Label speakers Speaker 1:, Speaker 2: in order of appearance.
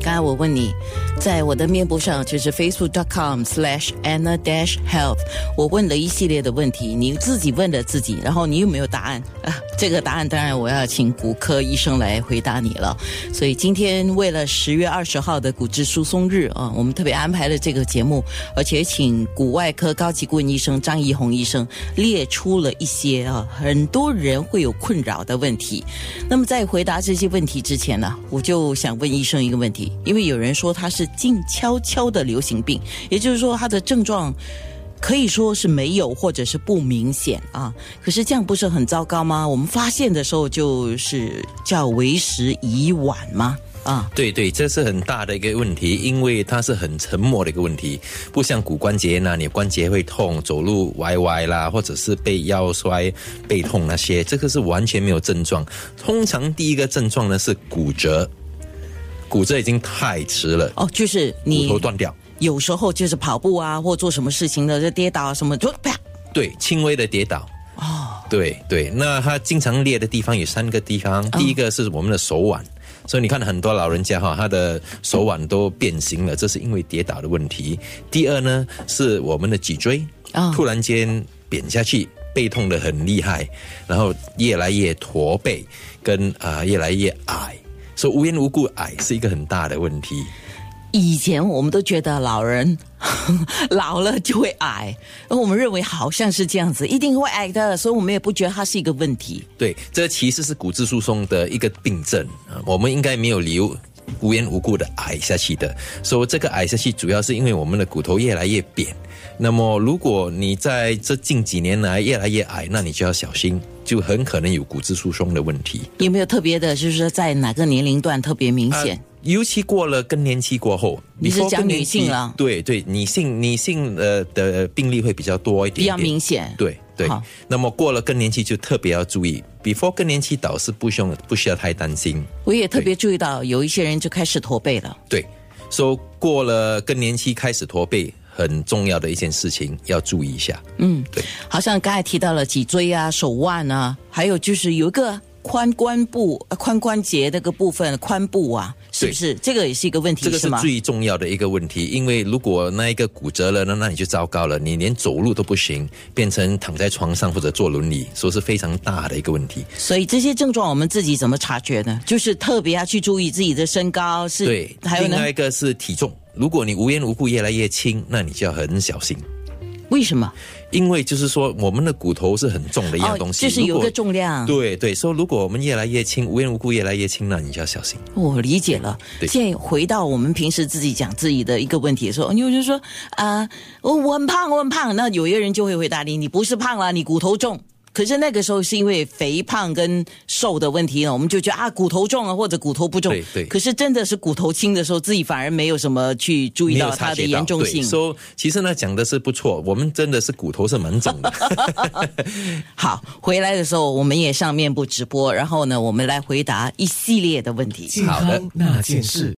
Speaker 1: 刚才我问你，在我的面部上就是 facebook.com/slash anna dash health，我问了一系列的问题，你自己问了自己，然后你有没有答案啊？这个答案当然我要请骨科医生来回答你了。所以今天为了十月二十号的骨质疏松日啊，我们特别安排了这个节目，而且请骨外科高级顾问医生张怡红医生列出了一些啊很多人会有困扰的问题。那么在回答这些问题之前呢，我就想问医生一个问题，因为有人说它是静悄悄的流行病，也就是说它的症状。可以说是没有，或者是不明显啊。可是这样不是很糟糕吗？我们发现的时候就是叫为时已晚吗？啊，
Speaker 2: 对对，这是很大的一个问题，因为它是很沉默的一个问题，不像骨关节呢，你关节会痛，走路歪歪啦，或者是被腰摔、背痛那些，这个是完全没有症状。通常第一个症状呢是骨折，骨折已经太迟了，
Speaker 1: 哦，就是
Speaker 2: 骨
Speaker 1: 你
Speaker 2: 头断掉。
Speaker 1: 有时候就是跑步啊，或做什么事情的，就跌倒啊什么，就啪，
Speaker 2: 对，轻微的跌倒。哦，对对，那它经常裂的地方有三个地方，第一个是我们的手腕。所以你看，很多老人家哈，他的手腕都变形了，这是因为跌倒的问题。第二呢，是我们的脊椎、
Speaker 1: 哦
Speaker 2: 突然间扁下去，背痛的很厉害，然后越来越驼背，跟啊、呃越来越矮，所以无缘无故矮是一个很大的问题。
Speaker 1: 以前我们都觉得老人 老了就会矮，而我们认为好像是这样子，一定会矮的，所以我们也不觉得它是一个问题。
Speaker 2: 对，这其实是骨质疏松的一个病症啊，我们应该没有理由无缘无故的矮下去的。所以这个矮下去，主要是因为我们的骨头越来越扁。那么，如果你在这近几年来越来越矮，那你就要小心，就很可能有骨质疏松的问题。
Speaker 1: 有没有特别的，就是说在哪个年龄
Speaker 2: 啊
Speaker 1: 段特别明显？
Speaker 2: 尤其过了更年期过后，
Speaker 1: 你是
Speaker 2: 说
Speaker 1: 讲
Speaker 2: 更年期
Speaker 1: 女性了
Speaker 2: 对对，女性女性呃的病例会比较多一点
Speaker 1: 比较
Speaker 2: 点
Speaker 1: 明显。
Speaker 2: 对对
Speaker 1: 好，
Speaker 2: 那么过了更年期就特别要注意。before 更年期倒是不需要不需要太担心。
Speaker 1: 我也特别注意到有一些人就开始驼背了。
Speaker 2: 对，说、过了更年期开始驼背，很重要的一件事情要注意一下。
Speaker 1: 嗯，
Speaker 2: 对，
Speaker 1: 好像刚才提到了脊椎啊、手腕啊，还有就是有一个髋关部、呃髋关节那个部分，髋部啊，是不是？这个也是一个问题，
Speaker 2: 这个
Speaker 1: 是
Speaker 2: 是
Speaker 1: 吗？
Speaker 2: 最重要的一个问题，因为如果那一个骨折了，那那你就糟糕了，你连走路都不行，变成躺在床上或者坐轮椅，说是非常大的一个问题。
Speaker 1: 所以这些症状我们自己怎么察觉呢？就是特别要去注意自己的身高是，
Speaker 2: 对，
Speaker 1: 还有
Speaker 2: 另
Speaker 1: 呢？
Speaker 2: 外一个是体重，如果你无缘无故越来越轻，那你就要很小心。
Speaker 1: 为什么？哦
Speaker 2: 因为就是说，我们的骨头是很重的一样东西，
Speaker 1: 就是有
Speaker 2: 如
Speaker 1: 一
Speaker 2: 果
Speaker 1: 个重量。哦
Speaker 2: 对对，所以如果我们越来越轻，无缘无故越来越轻，那你就要小心。
Speaker 1: 我理解了。
Speaker 2: 对
Speaker 1: 现在回到我们平时自己讲自己的一个问题的时候，你就说啊、我我很胖，我很胖。那有些人就会回答你，你不是胖啦，你骨头重。可是那个时候是因为肥胖跟瘦的问题呢，我们就觉得啊骨头重啊或者骨头不重。
Speaker 2: 对对
Speaker 1: 可是真的是骨头轻的时候，自己反而没有什么去注意
Speaker 2: 没有
Speaker 1: 到
Speaker 2: 察
Speaker 1: 它的
Speaker 2: 觉到
Speaker 1: 严重性
Speaker 2: 对。所以其实呢，讲的是不错，我们真的是骨头是蛮肿的。
Speaker 1: 好，回来的时候我们也上面部直播，然后呢，我们来回答一系列的问题。
Speaker 3: 健
Speaker 2: 好的
Speaker 3: 康那件事。